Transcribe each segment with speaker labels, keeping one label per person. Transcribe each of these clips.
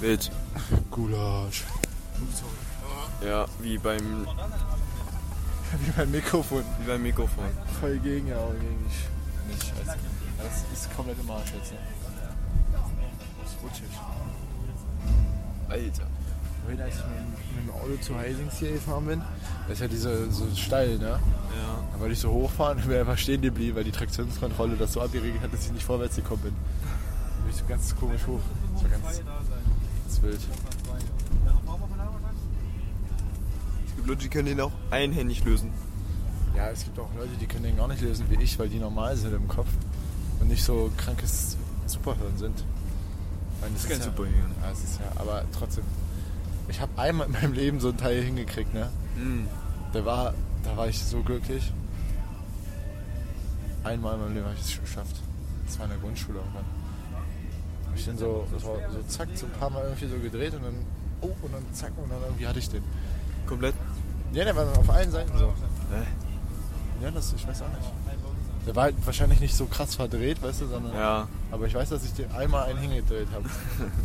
Speaker 1: Wild.
Speaker 2: Gulasch.
Speaker 1: Ja, wie beim,
Speaker 2: Wie mein Mikrofon.
Speaker 1: wie beim Mikrofon.
Speaker 2: Voll gegen, ja, aber gegen mich. Nicht scheiße. Das ist komplett im Arsch jetzt, ne? Das ist rutschig.
Speaker 1: Alter.
Speaker 2: Vorhin, als ich mit, mit dem Auto zu Heisings hier gefahren bin, das ist ja diese, so steil, ne?
Speaker 1: Ja.
Speaker 2: Da wollte ich so hochfahren und bin einfach stehen geblieben, weil die Traktionskontrolle das so abgeregelt hat, dass ich nicht vorwärts gekommen bin. Da bin ich so ganz komisch hoch. Das war ganz, ganz wild.
Speaker 1: Es gibt Leute, die können den auch einhändig lösen.
Speaker 2: Ja, es gibt auch Leute, die können den gar nicht lesen wie ich, weil die normal sind im Kopf und nicht so krankes Superhirn sind. Ich meine,
Speaker 1: Das ist kein
Speaker 2: ja,
Speaker 1: Superhirn.
Speaker 2: Ja, es ist ja, aber trotzdem. Ich habe einmal in meinem Leben so ein Teil hingekriegt, ne?
Speaker 1: Mhm.
Speaker 2: Da war, da war ich so glücklich. Einmal in meinem Leben habe ich es geschafft. Das war in der Grundschule irgendwann. Hab Ich den so, das war so zack, so ein paar Mal irgendwie so gedreht und dann, oh, und dann zack, und dann irgendwie hatte ich den.
Speaker 1: Komplett.
Speaker 2: Ja, der war dann auf allen Seiten so.
Speaker 1: Äh.
Speaker 2: Ja, das, ich weiß auch nicht. Der war halt wahrscheinlich nicht so krass verdreht, weißt du, sondern.
Speaker 1: Ja.
Speaker 2: Aber ich weiß, dass ich den einmal einen hingedreht habe.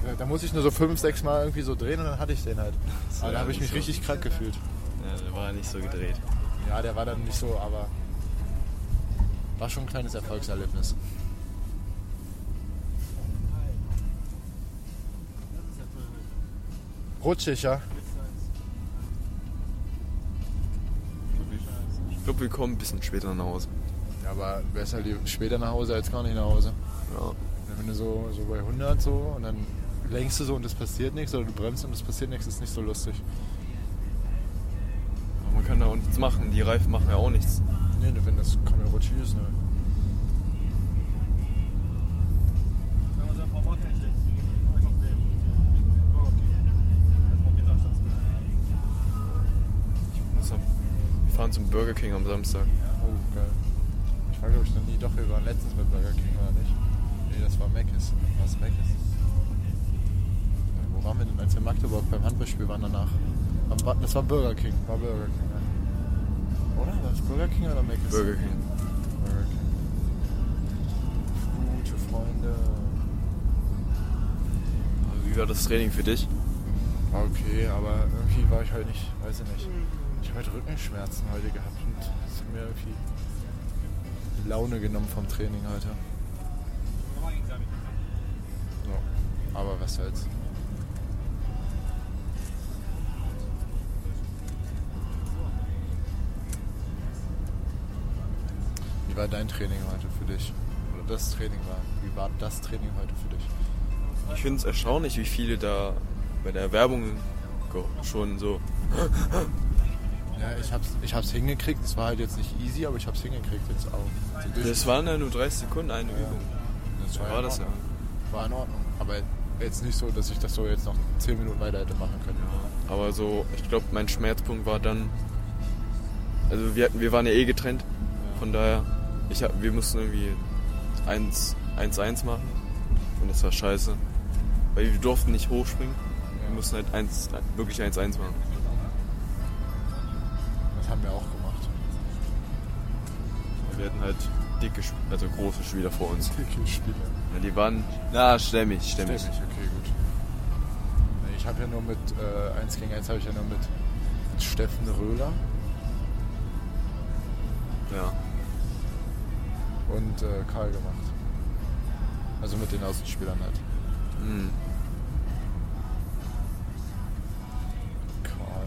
Speaker 2: Ja, da muss ich nur so fünf, sechs Mal irgendwie so drehen und dann hatte ich den halt.
Speaker 1: ist
Speaker 2: Aber
Speaker 1: ja
Speaker 2: da habe ich
Speaker 1: nicht
Speaker 2: mich
Speaker 1: so.
Speaker 2: richtig krank gefühlt.
Speaker 1: Ja, der war nicht so gedreht.
Speaker 2: Ja, der war dann nicht so, aber. War schon ein kleines Erfolgserlebnis. Rutschig, ja?
Speaker 1: Ich glaube, wir kommen ein bisschen später nach Hause.
Speaker 2: Ja, aber besser li- später nach Hause als gar nicht nach Hause.
Speaker 1: Ja.
Speaker 2: Wenn du so, so bei 100 so und dann lenkst du so und es passiert nichts oder du bremst und es passiert nichts, ist nicht so lustig.
Speaker 1: Aber man kann da auch nichts machen. Die Reifen machen ja auch nichts.
Speaker 2: Nee, wenn das kommt ja rutschig ist, ne?
Speaker 1: Das haben- Also, Wir fahren zum Burger King am Samstag.
Speaker 2: Oh, geil. Ich frage, ob ich noch nie, doch, wir waren letztens mit Burger King oder nicht? Nee, das war Mc's. Was Mc's? Ja, Wo waren wir denn, als wir in Magdeburg beim Handballspiel waren danach? Aber wa- Das war Burger King. War Burger King, ne? Oder? War das Burger King oder Mc's?
Speaker 1: Burger King.
Speaker 2: Burger King. Gute Freunde.
Speaker 1: Aber Also, Wie war das Training für dich?
Speaker 2: War okay, aber irgendwie war ich heute nicht, weiß ich nicht. Ich habe heute Rückenschmerzen heute gehabt und es hat mir irgendwie die Laune genommen vom Training heute. Ja, aber was soll's. Wie war dein Training heute für dich? Oder das Training war? Wie war das Training heute für dich?
Speaker 1: Ich finde es erstaunlich, wie viele da bei der Werbung go- schon so.
Speaker 2: Ja, ich hab's, ich hab's hingekriegt. Es war halt jetzt nicht easy, aber ich hab's hingekriegt jetzt auch. So durch-
Speaker 1: Das waren ja nur 30 Sekunden eine
Speaker 2: Ja.
Speaker 1: Übung.
Speaker 2: Das
Speaker 1: war
Speaker 2: in
Speaker 1: das
Speaker 2: Ordnung. War in Ordnung. Aber jetzt nicht so, dass ich das so jetzt noch 10 Minuten weiter hätte machen können.
Speaker 1: Aber so, ich glaube, mein Schmerzpunkt war dann. Also wir, wir waren ja eh getrennt. Von daher, ich hab, wir mussten irgendwie 1 1 1 machen. Und das war scheiße. Weil wir durften nicht hochspringen. Wir
Speaker 2: Ja.
Speaker 1: mussten halt 1, wirklich 1 1 machen.
Speaker 2: Das haben wir auch gemacht.
Speaker 1: Wir hatten halt dicke, Sp- also große Spieler vor uns.
Speaker 2: Dicke Spiele.
Speaker 1: Ja, die waren. Na, stämmig, stämmig.
Speaker 2: Stimmig, okay, gut. Nee, Ich habe ja nur mit äh, 1 gegen 1 habe ich ja nur mit Steffen Röhler
Speaker 1: Ja.
Speaker 2: und äh, Karl gemacht. Also mit den Außenspielern halt.
Speaker 1: Mhm.
Speaker 2: Karl.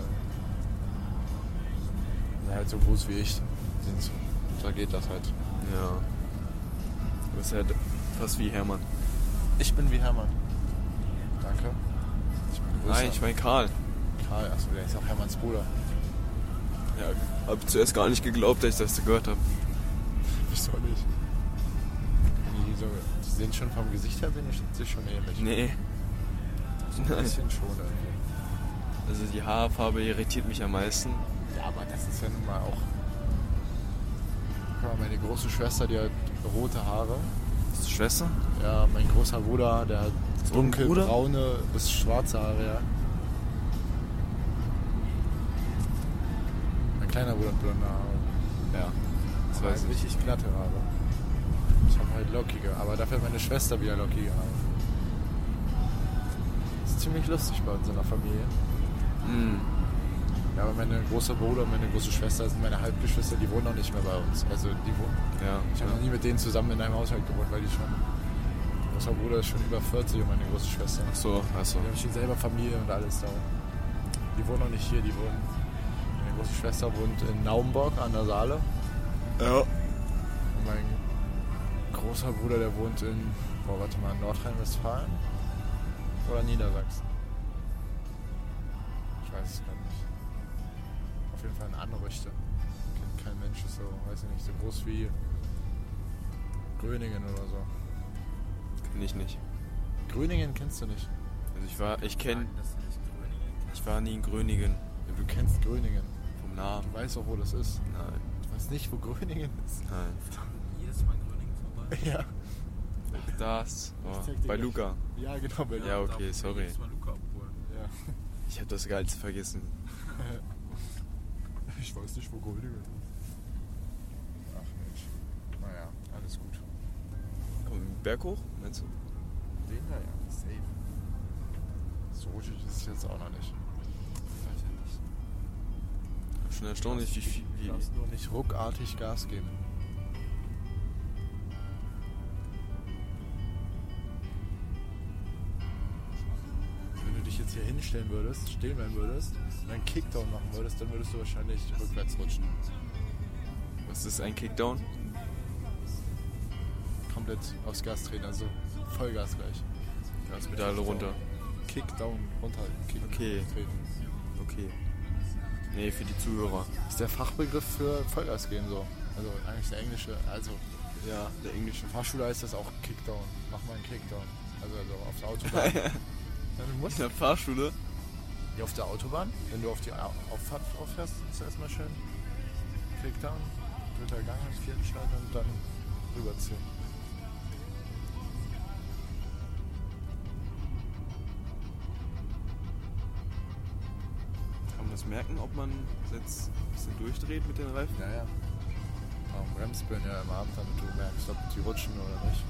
Speaker 2: Die halt so groß wie ich sind. so. Da geht das halt.
Speaker 1: Ja. Du bist halt fast wie Hermann.
Speaker 2: Ich bin wie Hermann. Danke. Ich bin größer.
Speaker 1: Nein, ich meine Karl.
Speaker 2: Karl, achso, der ist auch Hermanns Bruder.
Speaker 1: Ja, hab zuerst gar nicht geglaubt, dass ich das gehört habe.
Speaker 2: Wieso nicht? Die, so, die sind schon vom Gesicht her, sind die sich schon ähnlich.
Speaker 1: Nee.
Speaker 2: So ein bisschen schon irgendwie.
Speaker 1: Also die Haarfarbe irritiert mich am meisten.
Speaker 2: Ja, aber das ist ja nun mal auch. Guck mal, meine große Schwester, die hat rote Haare.
Speaker 1: Ist das Schwester?
Speaker 2: Ja, mein großer Bruder, der hat
Speaker 1: So ein Bruder?
Speaker 2: dunkelbraune bis schwarze Haare, ja. Mein kleiner Bruder hat blonde Haare.
Speaker 1: Ja. Das
Speaker 2: Aber
Speaker 1: weiß ich.
Speaker 2: richtig glatte Haare. halt Ich habe halt lockige, aber dafür hat meine Schwester wieder lockige Haare. Das ziemlich lustig bei uns in der Familie.
Speaker 1: Mhm.
Speaker 2: Ja, aber meine große Bruder und meine große Schwester sind meine Halbgeschwister, die wohnen auch nicht mehr bei uns. Also die wohnen.
Speaker 1: Ja.
Speaker 2: Ich habe noch nie mit denen zusammen in einem Haushalt gewohnt, weil die schon. Mein großer Bruder ist schon über 40 und meine große Schwester.
Speaker 1: Ach so, also. ach so.
Speaker 2: Die haben schon selber Familie und alles da. Die wohnen noch nicht hier, die wohnen. Meine große Schwester wohnt in Naumburg an der Saale.
Speaker 1: Ja.
Speaker 2: Und mein großer Bruder, der wohnt in, boah, warte mal, Nordrhein-Westfalen oder Niedersachsen. Ich weiß es gar nicht. Auf jeden Fall in Anrichte. Kennt kein Mensch, ist so, weiß ich nicht, so groß wie Gröningen oder so.
Speaker 1: Kenn ich nicht.
Speaker 2: Gröningen kennst du nicht.
Speaker 1: Also ich war, ich kenne, ich war nie in Gröningen.
Speaker 2: Du kennst Gröningen.
Speaker 1: Vom
Speaker 2: Du
Speaker 1: Namen.
Speaker 2: weißt auch, wo das ist.
Speaker 1: Nein,
Speaker 2: Du weißt nicht, wo Gröningen ist.
Speaker 1: nein.
Speaker 3: Jedes Mal in Gröningen vorbei.
Speaker 2: Ja.
Speaker 1: Ach, Das.
Speaker 2: Ich
Speaker 1: Oh,
Speaker 2: zeig dir
Speaker 1: bei
Speaker 2: gleich.
Speaker 1: Luca.
Speaker 2: Ja, genau, bei
Speaker 1: Ja,
Speaker 2: dir.
Speaker 1: okay,
Speaker 3: darf ich
Speaker 1: sorry.
Speaker 3: jedes Mal Luca abholen.
Speaker 2: Ja.
Speaker 1: Ich habe das Geilste vergessen.
Speaker 2: Ich weiß nicht, wo Gröningen ist. Ach Mensch. Naja, alles gut.
Speaker 1: Komm, Berg hoch, meinst du?
Speaker 2: Den da ja, safe. So rutschig ist es jetzt auch noch nicht.
Speaker 1: Hab Schon erstaunlich, wie viel.
Speaker 2: Du
Speaker 1: Wie,
Speaker 2: darfst nur nicht ruckartig Gas geben. Wenn du dich jetzt hier hinstellen würdest, stehen bleiben würdest, und dann Kickdown machen würdest, dann würdest du wahrscheinlich rückwärts rutschen.
Speaker 1: was ist ein Kickdown?
Speaker 2: Komplett aufs Gas drehen, also Vollgas gleich.
Speaker 1: Ja, das Pedal runter.
Speaker 2: Kickdown, runter. Kick
Speaker 1: Okay.
Speaker 2: Treten.
Speaker 1: Okay. Nee, für die Zuhörer.
Speaker 2: Ist der Fachbegriff für Vollgas geben so. Also eigentlich der englische, also
Speaker 1: Ja, der englische.
Speaker 2: In Fahrschule heißt das auch Kickdown. Mach mal einen Kickdown. Also, also auf der Autobahn. ja, du
Speaker 1: In
Speaker 2: musst.
Speaker 1: der Fahrschule?
Speaker 2: Ja, auf der Autobahn, wenn du auf die Au- Auffahrt drauf fährst, ist erstmal schön. Kickdown, dritter Gang, vierten Schalt und dann rüberziehen.
Speaker 1: Kann man das merken, ob man jetzt ein bisschen durchdreht mit den Reifen?
Speaker 2: Naja. Auch Bremsbirnen ja immer ab, damit du merkst, ob die rutschen oder nicht.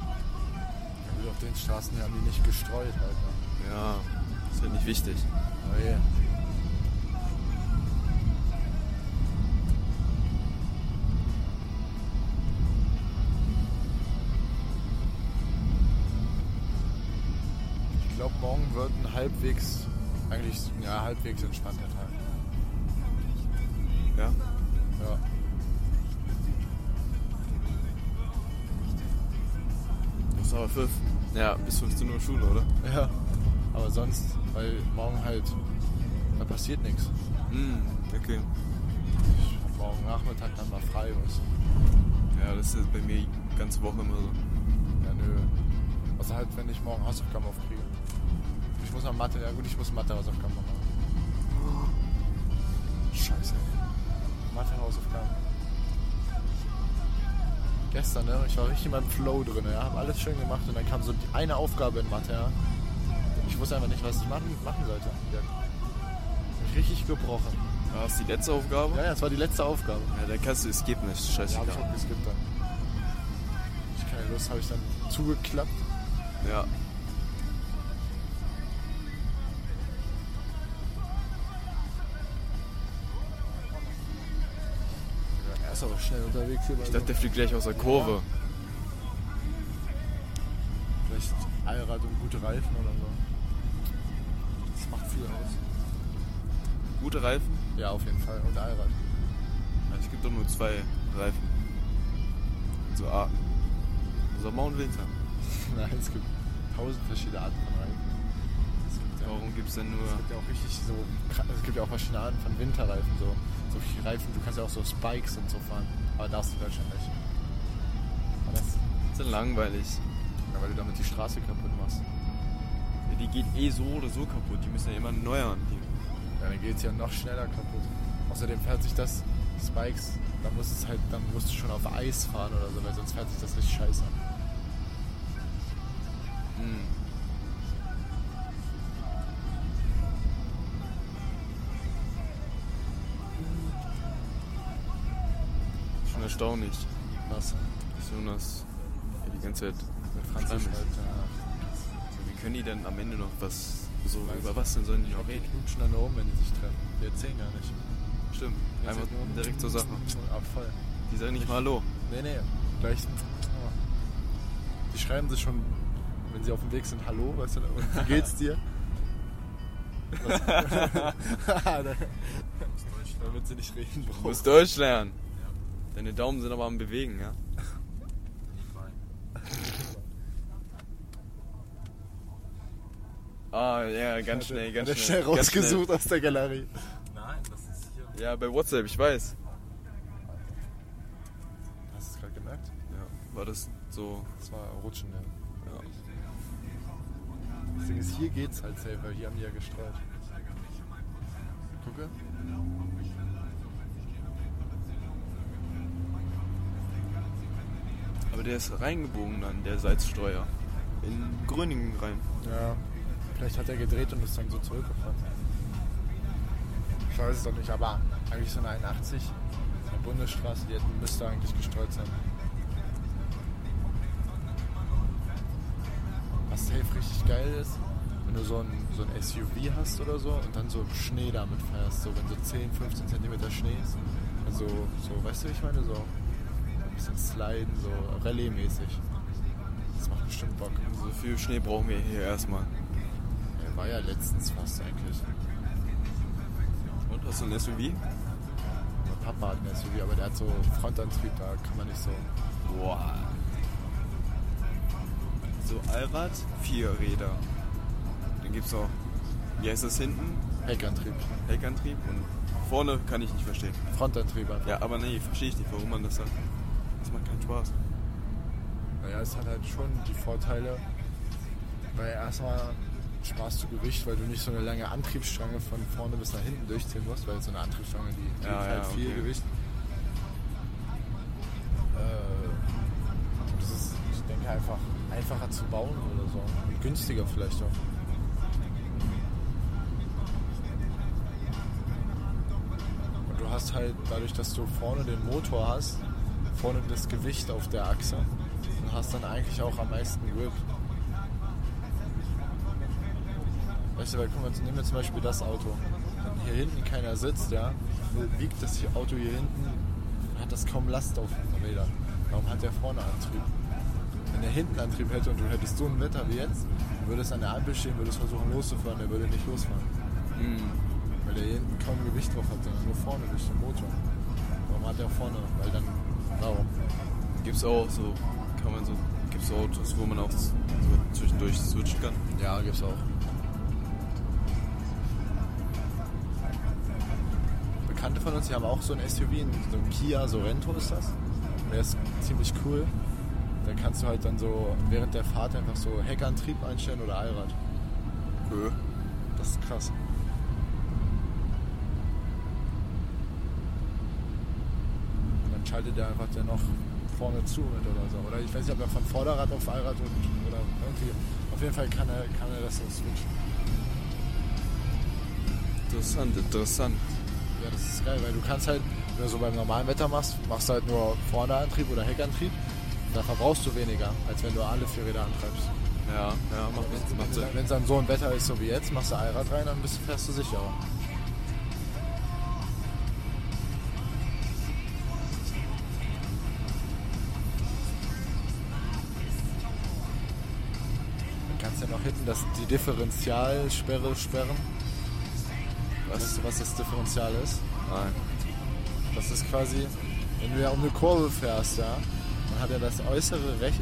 Speaker 2: Ja, gut, Auf den Straßen hier haben die nicht gestreut halt. Ne?
Speaker 1: Ja, ist ja nicht wichtig.
Speaker 2: Oh je. Ich glaube, morgen wird ein halbwegs, eigentlich ja, halbwegs entspannter Tag.
Speaker 1: Ja?
Speaker 2: Ja.
Speaker 1: Das ist aber fünf. Ja, bis 15 Uhr Schule, oder?
Speaker 2: Ja. Aber sonst, weil morgen halt, da passiert nichts.
Speaker 1: Hm, okay.
Speaker 2: Ich hab morgen Nachmittag dann mal frei, was.
Speaker 1: Ja, das ist bei mir die ganze Woche immer so.
Speaker 2: Ja, nö. Außer halt, wenn ich morgen Hausaufgaben aufkriege. Ich muss noch Mathe, ja gut, ich muss Mathe-Hausaufgaben machen. Scheiße. Mathe-Hausaufgaben. Gestern, ne? Ich war richtig in meinem Flow drin, ja. Hab alles schön gemacht und dann kam so die eine Aufgabe in Mathe, ja. Ich wusste einfach nicht, was ich machen, machen sollte. Ja. Hab mich richtig gebrochen.
Speaker 1: War es die letzte Aufgabe?
Speaker 2: Ja, ja, es war die letzte Aufgabe.
Speaker 1: Ja, da kannst du es gibt nicht.
Speaker 2: Ja, hab ich
Speaker 1: Scheißegal.
Speaker 2: auch geskippt dann. Ich keine Lust, habe ich dann zugeklappt.
Speaker 1: Ja.
Speaker 2: Er ist aber schnell unterwegs hier.
Speaker 1: Ich dachte, der fliegt gleich aus der Kurve.
Speaker 2: vielleicht Allrad und gute Reifen oder so. Das macht viel aus.
Speaker 1: Gute Reifen?
Speaker 2: Ja, auf jeden Fall. Und Allrad.
Speaker 1: Ja, Es gibt doch nur zwei Reifen. So Arten. Sommer und Winter.
Speaker 2: Nein, es gibt tausend verschiedene Arten von Reifen. Es gibt ja,
Speaker 1: Warum gibt es denn
Speaker 2: es
Speaker 1: nur.
Speaker 2: gibt ja auch richtig so. Es gibt ja auch verschiedene Arten von Winterreifen. So, so viele Reifen. Du kannst ja auch so Spikes und so fahren. Aber darfst du in Deutschland nicht. Aber das,
Speaker 1: Das ist ja langweilig.
Speaker 2: ja, weil du damit die Straße kaputt machst.
Speaker 1: Ja, die geht eh so oder so kaputt. Die müssen ja immer neu anlegen.
Speaker 2: Ja, dann geht es ja noch schneller kaputt. Außerdem fährt sich das Spikes, dann muss es halt, dann musst du schon auf Eis fahren oder so, weil sonst fährt sich das richtig scheiße an.
Speaker 1: Hm. erstaunlich.
Speaker 2: Was?
Speaker 1: dass Jonas ja, die ganze Zeit. halt.
Speaker 2: Mit halt, Franzi
Speaker 1: Schreiben.
Speaker 2: schreibt
Speaker 1: halt. Wie können die denn am Ende noch was. So,
Speaker 2: Weiß
Speaker 1: Also, über was denn sollen die noch
Speaker 2: ja. Die
Speaker 1: reden?
Speaker 2: knutschen dann oben, wenn die sich treffen. Wir erzählen gar nicht.
Speaker 1: Stimmt.
Speaker 2: Wir
Speaker 1: Einfach
Speaker 2: erzählen nur- um.
Speaker 1: direkt zur Sache.
Speaker 2: Ah, voll.
Speaker 1: Die sagen nicht mal Hallo.
Speaker 2: Nee, nee. Gleich. Oh. Die schreiben sich schon, wenn sie auf dem Weg sind, Hallo, weißt du, und wie geht's dir? Was- Damit sie nicht reden
Speaker 1: Du
Speaker 2: brauchen.
Speaker 1: musst Deutsch lernen. Deine Daumen sind aber am Bewegen, ja?
Speaker 3: Nicht mal.
Speaker 1: Ah, ja, ganz schnell, ganz
Speaker 2: Hat er
Speaker 1: schnell. ganz
Speaker 2: rausgesucht aus der Galerie.
Speaker 3: Nein, das ist hier.
Speaker 1: Schnell. Ja, bei WhatsApp, ich weiß.
Speaker 2: Hast du es gerade gemerkt?
Speaker 1: Ja, war das so.
Speaker 2: Das war Rutschen, ja.
Speaker 1: Ja.
Speaker 2: Das Ding ist, hier geht's halt safe, weil hier haben die ja gestreut. Gucke.
Speaker 1: Aber der ist reingebogen dann, der Salzsteuer. In Gröningen rein.
Speaker 2: Ja. Vielleicht hat er gedreht und ist dann so zurückgefahren. Ich weiß es doch nicht, aber eigentlich so eine 81. Eine Bundesstraße, die hätte- müsste eigentlich gestreut sein. Was safe richtig geil ist, wenn du so ein, so ein SUV hast oder so und dann so im Schnee damit fährst. So wenn so 10, 15 Zentimeter Schnee ist. Also so, weißt du, wie ich meine? So ein bisschen sliden, so Rallye-mäßig. Das macht bestimmt Bock. Also,
Speaker 1: So viel Schnee brauchen wir hier erstmal.
Speaker 2: Er war ja letztens fast eigentlich.
Speaker 1: Und hast du ein SUV?
Speaker 2: Mein Papa hat ein SUV, aber der hat so Frontantrieb, da kann man nicht so.
Speaker 1: Boah. So Allrad, vier Räder. Dann gibt's auch, wie heißt das hinten?
Speaker 2: Heckantrieb.
Speaker 1: Heckantrieb und vorne kann ich nicht verstehen.
Speaker 2: Frontantrieb einfach.
Speaker 1: Ja, aber nee, verstehe ich nicht, warum man das sagt. Das macht keinen Spaß.
Speaker 2: Naja, es hat halt schon die Vorteile, weil erstmal sparst du Gewicht, weil du nicht so eine lange Antriebsstange von vorne bis nach hinten durchziehen musst, weil so eine Antriebsstange, die trägt
Speaker 1: Ja,
Speaker 2: halt
Speaker 1: ja,
Speaker 2: viel
Speaker 1: okay.
Speaker 2: Gewicht. Äh, und das ist, ich denke, einfach einfacher zu bauen oder so. Und günstiger vielleicht auch. Und du hast halt dadurch, dass du vorne den Motor hast, vorne das Gewicht auf der Achse und hast dann eigentlich auch am meisten Grip. Weißt du, weil guck mal, nehmen wir zum Beispiel das Auto. Wenn hier hinten keiner sitzt, ja, wiegt das hier Auto hier hinten, hat das kaum Last auf den Rädern. Warum hat der vorne Antrieb? Wenn der hinten Antrieb hätte und du hättest so ein Wetter wie jetzt, du würdest an der Ampel stehen, würdest versuchen loszufahren, der würde nicht losfahren.
Speaker 1: Hm,
Speaker 2: Weil der hier hinten kaum Gewicht drauf hat, sondern nur vorne durch den Motor. Warum hat er vorne? Weil dann. Warum?
Speaker 1: Gibt's auch so, kann man so, gibt's so Autos, wo man auch so zwischendurch switchen kann.
Speaker 2: Ja, gibt's auch. Bekannte von uns, die haben auch so ein SUV, so ein Kia Sorento ist das. Der ist ziemlich cool. Da kannst du halt dann so während der Fahrt einfach so Heckantrieb einstellen oder Allrad.
Speaker 1: Cool.
Speaker 2: Das ist krass. Und dann schaltet der einfach dann noch vorne zu mit oder so. Oder ich weiß nicht, ob er von Vorderrad auf Allrad und, oder irgendwie. Auf jeden Fall kann er, kann er das so switchen.
Speaker 1: Interessant, interessant.
Speaker 2: Ja, das ist geil, weil du kannst halt, wenn du so beim normalen Wetter machst, machst du halt nur Vorderantrieb oder Heckantrieb. Da verbrauchst du weniger, als wenn du alle vier Räder antreibst.
Speaker 1: Ja, ja, macht, macht Sinn.
Speaker 2: Wenn es dann so ein Wetter ist, so wie jetzt, machst du Allrad rein, dann bist, fährst du sicherer. Dann kannst du ja noch hinten das, die Differentialsperre sperren. Weißt
Speaker 1: Was?
Speaker 2: du, was das Differential ist?
Speaker 1: Nein.
Speaker 2: Das ist quasi, wenn du ja um eine Kurve fährst, ja, dann hat ja das äußere Rech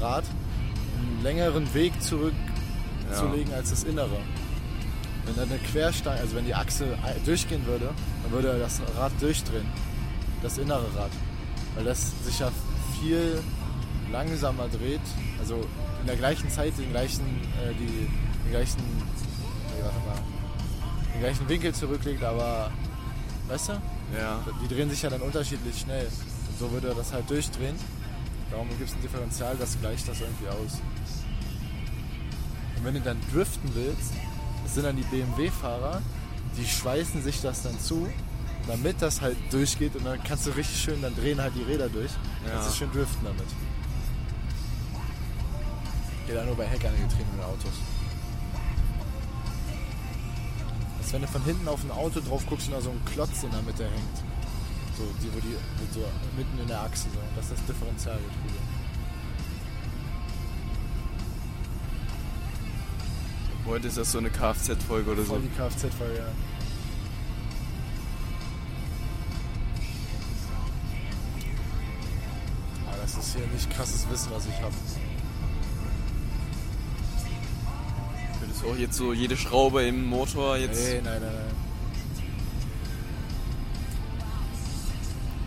Speaker 2: Rad einen längeren Weg
Speaker 1: Ja.
Speaker 2: zurückzulegen als das innere. Wenn da eine Querstange, also wenn die Achse ei- durchgehen würde, dann würde das Rad durchdrehen. Das innere Rad. Weil das sich ja viel langsamer dreht, also in der gleichen Zeit den gleichen, äh, die, den gleichen, nee, warte mal, den gleichen Winkel zurücklegt, aber, weißt du?
Speaker 1: Ja.
Speaker 2: Die drehen sich ja dann unterschiedlich schnell. Und so würde er das halt durchdrehen. Darum gibt es ein Differential, das gleicht das irgendwie aus. Und wenn du dann driften willst, das sind dann die BMW-Fahrer, die schweißen sich das dann zu damit das halt durchgeht und dann kannst du richtig schön, dann drehen halt die Räder durch.
Speaker 1: Ja.
Speaker 2: Kannst du schön driften damit. Geht auch nur bei Heck angetriebenen Autos. Als wenn du von hinten auf ein Auto drauf guckst und da so ein Klotz in der Mitte hängt. So, die, wo die mit so mitten in der Achse so. Das ist das Differentialgetriebe.
Speaker 1: Heute ist das so eine Kfz-Folge oder so.
Speaker 2: Voll die Kfz-Folge, ja. Aber Ah, das ist hier nicht krasses Wissen, was ich habe.
Speaker 1: Könntest du auch jetzt so jede Schraube im Motor jetzt
Speaker 2: Nee, nein, nein, nein.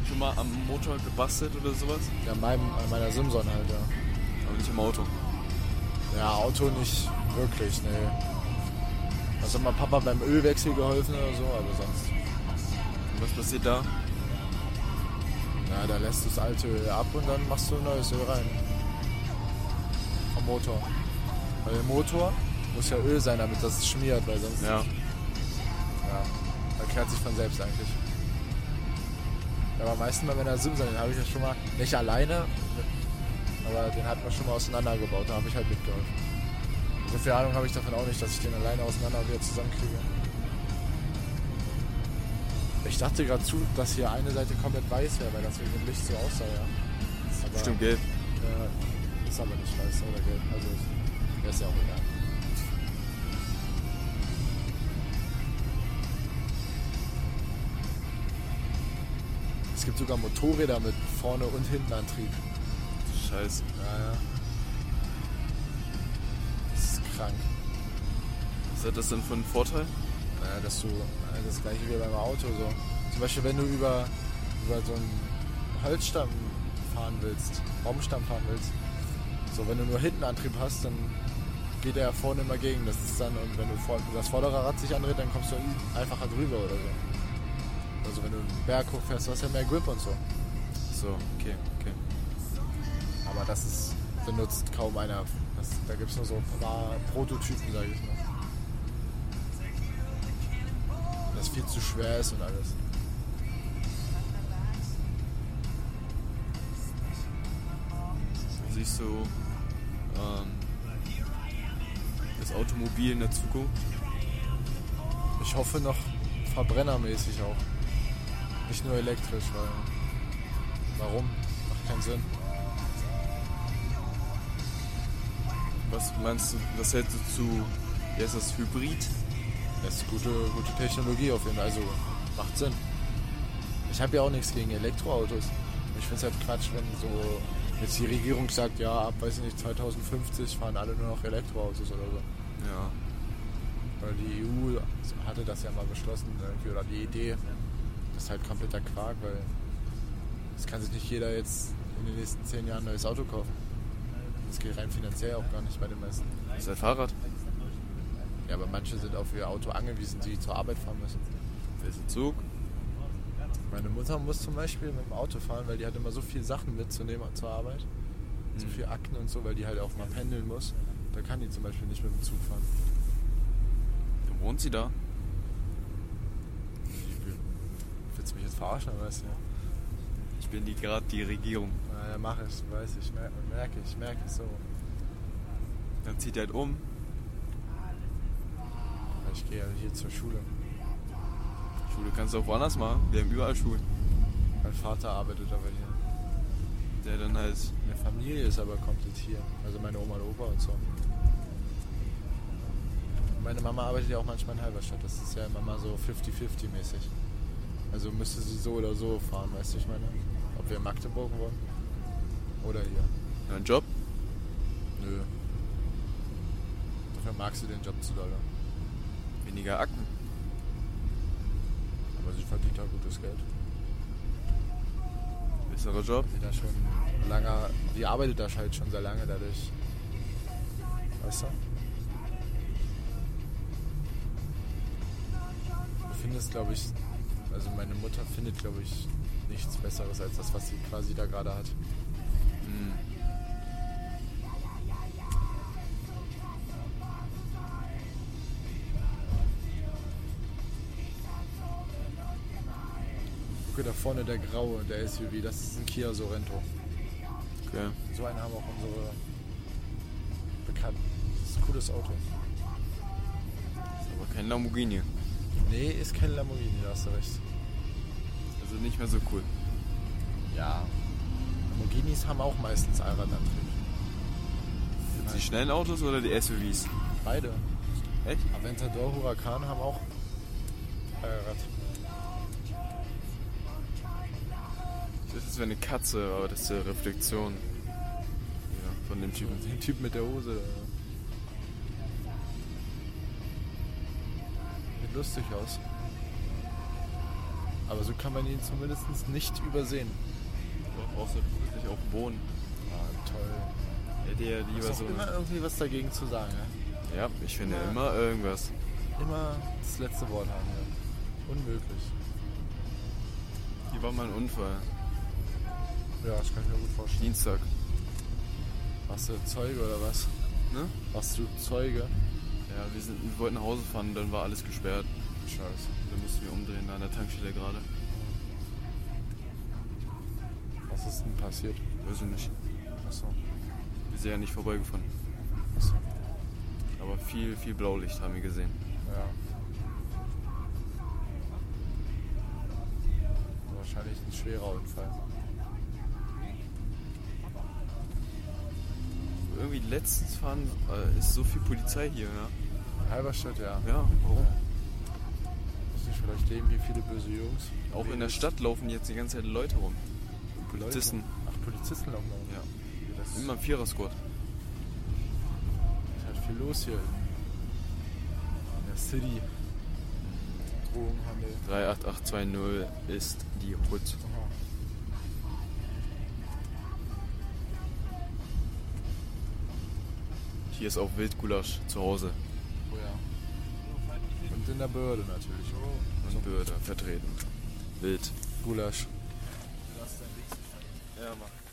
Speaker 1: schon mal am Motor gebastelt oder sowas?
Speaker 2: Ja, an, meinem, an meiner Simson halt, ja.
Speaker 1: Aber nicht im Auto.
Speaker 2: Ja, Auto nicht wirklich, nee. Also hat mal Papa beim Ölwechsel geholfen oder so, aber sonst.
Speaker 1: Und was passiert da?
Speaker 2: Ja, da lässt du das alte Öl ab und dann machst du ein neues Öl rein. Am Motor. Weil der Motor muss ja Öl sein, damit das schmiert, weil sonst.
Speaker 1: Ja.
Speaker 2: Ja, da klärt sich von selbst eigentlich. Aber am meisten bei meiner Simson, den habe ich ja schon mal, nicht alleine, aber den hat man schon mal auseinandergebaut, da habe ich halt mitgeholfen. So viel Ahnung habe ich davon auch nicht, dass ich den alleine auseinander wieder zusammenkriege. Ich dachte gerade zu, dass hier eine Seite komplett weiß wäre, weil das wegen dem Licht so aussah, ja. Ist aber-
Speaker 1: Bestimmt gelb.
Speaker 2: ja, Äh, ist aber nicht weiß oder gelb. Also wäre es ja auch egal. Es gibt sogar Motorräder mit vorne und hinten Antrieb.
Speaker 1: Scheiße.
Speaker 2: Ja, ja. Das ist krank.
Speaker 1: Was hat das denn für einen Vorteil?
Speaker 2: Naja, dass du äh, das gleiche wie beim Auto so. Zum Beispiel, wenn du über, über so einen Holzstamm fahren willst, Baumstamm fahren willst, so wenn du nur hinten Antrieb hast, dann geht er vorne immer gegen. Das ist dann, und wenn du vor, das vordere Rad sich andreht, dann kommst du einfacher drüber oder so. Also wenn du einen Berg hochfährst, du hast ja mehr Grip und so.
Speaker 1: So, okay, okay.
Speaker 2: Aber das ist, benutzt kaum einer. Das, da gibt es nur so ein paar Prototypen, sage ich mal. Das viel zu schwer ist und alles.
Speaker 1: Siehst du ähm, das Automobil in der Zukunft?
Speaker 2: Ich hoffe noch verbrennermäßig auch. Nicht nur elektrisch, weil. Warum? Macht keinen Sinn.
Speaker 1: Was meinst du, was hältst du zu, wie heißt das, Hybrid?
Speaker 2: Das ist gute, gute Technologie auf jeden Fall. Also macht Sinn. Ich habe ja auch nichts gegen Elektroautos. Ich finde es halt Quatsch, wenn so jetzt die Regierung sagt, ja, ab weiß ich nicht, 2050 fahren alle nur noch Elektroautos oder so.
Speaker 1: Ja.
Speaker 2: Weil die EU hatte das ja mal beschlossen, irgendwie, oder die Idee. Das ist halt kompletter Quark, weil es kann sich nicht jeder jetzt in den nächsten zehn Jahren ein neues Auto kaufen. Das geht rein finanziell auch gar nicht bei den meisten.
Speaker 1: Das ist ein Fahrrad.
Speaker 2: Ja, aber manche sind auf ihr Auto angewiesen, die zur Arbeit fahren müssen.
Speaker 1: Wer ist ein Zug?
Speaker 2: Meine Mutter muss zum Beispiel mit dem Auto fahren, weil die hat immer so viele Sachen mitzunehmen zur Arbeit. So
Speaker 1: Mhm.
Speaker 2: viel Akten und so, weil die halt auch mal pendeln muss. Da kann die zum Beispiel nicht mit dem Zug fahren.
Speaker 1: Dann wohnt sie da.
Speaker 2: Willst du mich jetzt verarschen, oder was? Ja.
Speaker 1: Ich bin die gerade die Regierung.
Speaker 2: Na, Ja, mach ich, weiß ich, mer- merke ich, merke ich so.
Speaker 1: Dann zieht die halt um.
Speaker 2: Ich gehe ja hier zur Schule.
Speaker 1: Schule kannst du auch woanders machen. Wir haben überall Schulen.
Speaker 2: Mein Vater arbeitet aber hier.
Speaker 1: Der dann halt.
Speaker 2: Meine Familie ist aber komplett hier. Also meine Oma und Opa und so. Meine Mama arbeitet ja auch manchmal in Halberstadt. Das ist ja immer mal so 50-50 mäßig. Also müsste sie so oder so fahren, weißt du, ich meine. Ob wir in Magdeburg wollen oder hier.
Speaker 1: Einen Job?
Speaker 2: Nö. Dafür magst du den Job zu doll.
Speaker 1: Weniger Akten.
Speaker 2: Aber sie verdient ja gutes Geld.
Speaker 1: Besserer Job.
Speaker 2: die da schon lange, die arbeitet da halt schon sehr lange dadurch. Weißt du? Du findest, glaube ich, also meine Mutter findet, glaube ich, nichts Besseres als das, was sie quasi da gerade hat.
Speaker 1: Hm.
Speaker 2: Gucke da vorne, der graue, der SUV, das ist ein Kia Sorento.
Speaker 1: Okay.
Speaker 2: So einen haben auch unsere Bekannten. Das ist ein cooles Auto.
Speaker 1: Ist aber kein Lamborghini.
Speaker 2: Nee, ist kein Lamborghini, da hast du recht.
Speaker 1: Also nicht mehr so cool.
Speaker 2: Ja. Lamborghinis haben auch meistens Allradantrieb.
Speaker 1: Jetzt
Speaker 2: Nein.
Speaker 1: die schnellen Autos oder die SUVs?
Speaker 2: Beide.
Speaker 1: Echt?
Speaker 2: Aventador, Huracan haben auch äh, Allrad.
Speaker 1: Das ist wie eine Katze, aber das ist die Reflexion. Ja, von dem Typen.
Speaker 2: Den Typ mit der Hose. da. Sieht lustig aus. Aber so kann man ihn zumindest nicht übersehen.
Speaker 1: Brauchst du wirklich auch Bohnen.
Speaker 2: Ah, toll.
Speaker 1: Hätte ja
Speaker 2: Ist
Speaker 1: lieber
Speaker 2: auch
Speaker 1: so.
Speaker 2: immer
Speaker 1: eine-
Speaker 2: irgendwie was dagegen zu sagen. Ne?
Speaker 1: Ja, ich finde
Speaker 2: Ja.
Speaker 1: immer irgendwas.
Speaker 2: Immer das letzte Wort haben. Ja. Unmöglich.
Speaker 1: Hier war mal ein Unfall.
Speaker 2: Ja, das kann ich mir gut vorstellen.
Speaker 1: Dienstag.
Speaker 2: Warst du Zeuge oder was?
Speaker 1: Ne?
Speaker 2: Warst du Zeuge?
Speaker 1: Ja, wir, sind, wir wollten nach Hause fahren, dann war alles gesperrt.
Speaker 2: Scheiße.
Speaker 1: Dann mussten wir umdrehen an der Tankstelle gerade.
Speaker 2: Was ist denn passiert?
Speaker 1: Weiß ich nicht.
Speaker 2: Achso.
Speaker 1: Wir sind ja nicht vorbeigefahren.
Speaker 2: Achso.
Speaker 1: Aber viel, viel Blaulicht haben wir gesehen.
Speaker 2: Ja. Wahrscheinlich ein schwerer Unfall.
Speaker 1: Irgendwie letztens fahren äh, ist so viel Polizei hier, ja.
Speaker 2: Halberstadt, ja.
Speaker 1: Ja, warum?
Speaker 2: Muss nicht vielleicht leben hier viele böse Jungs.
Speaker 1: Auch in der
Speaker 2: Mädels.
Speaker 1: Stadt laufen jetzt die ganze Zeit Leute rum.
Speaker 2: Leute.
Speaker 1: Polizisten.
Speaker 2: Ach, Polizisten laufen da rum.
Speaker 1: Ja.
Speaker 2: Das ist
Speaker 1: Immer ein Vierer-Squad.
Speaker 2: ist halt viel los hier. In der City. Drogenhandel.
Speaker 1: 38820 ist die Hut.
Speaker 2: Aha.
Speaker 1: Hier ist auch Wildgulasch zu Hause.
Speaker 2: Oh ja. Und in der Börde natürlich.
Speaker 1: Und Bürde vertreten. Wild.
Speaker 2: Gulasch.
Speaker 1: Ja, mach.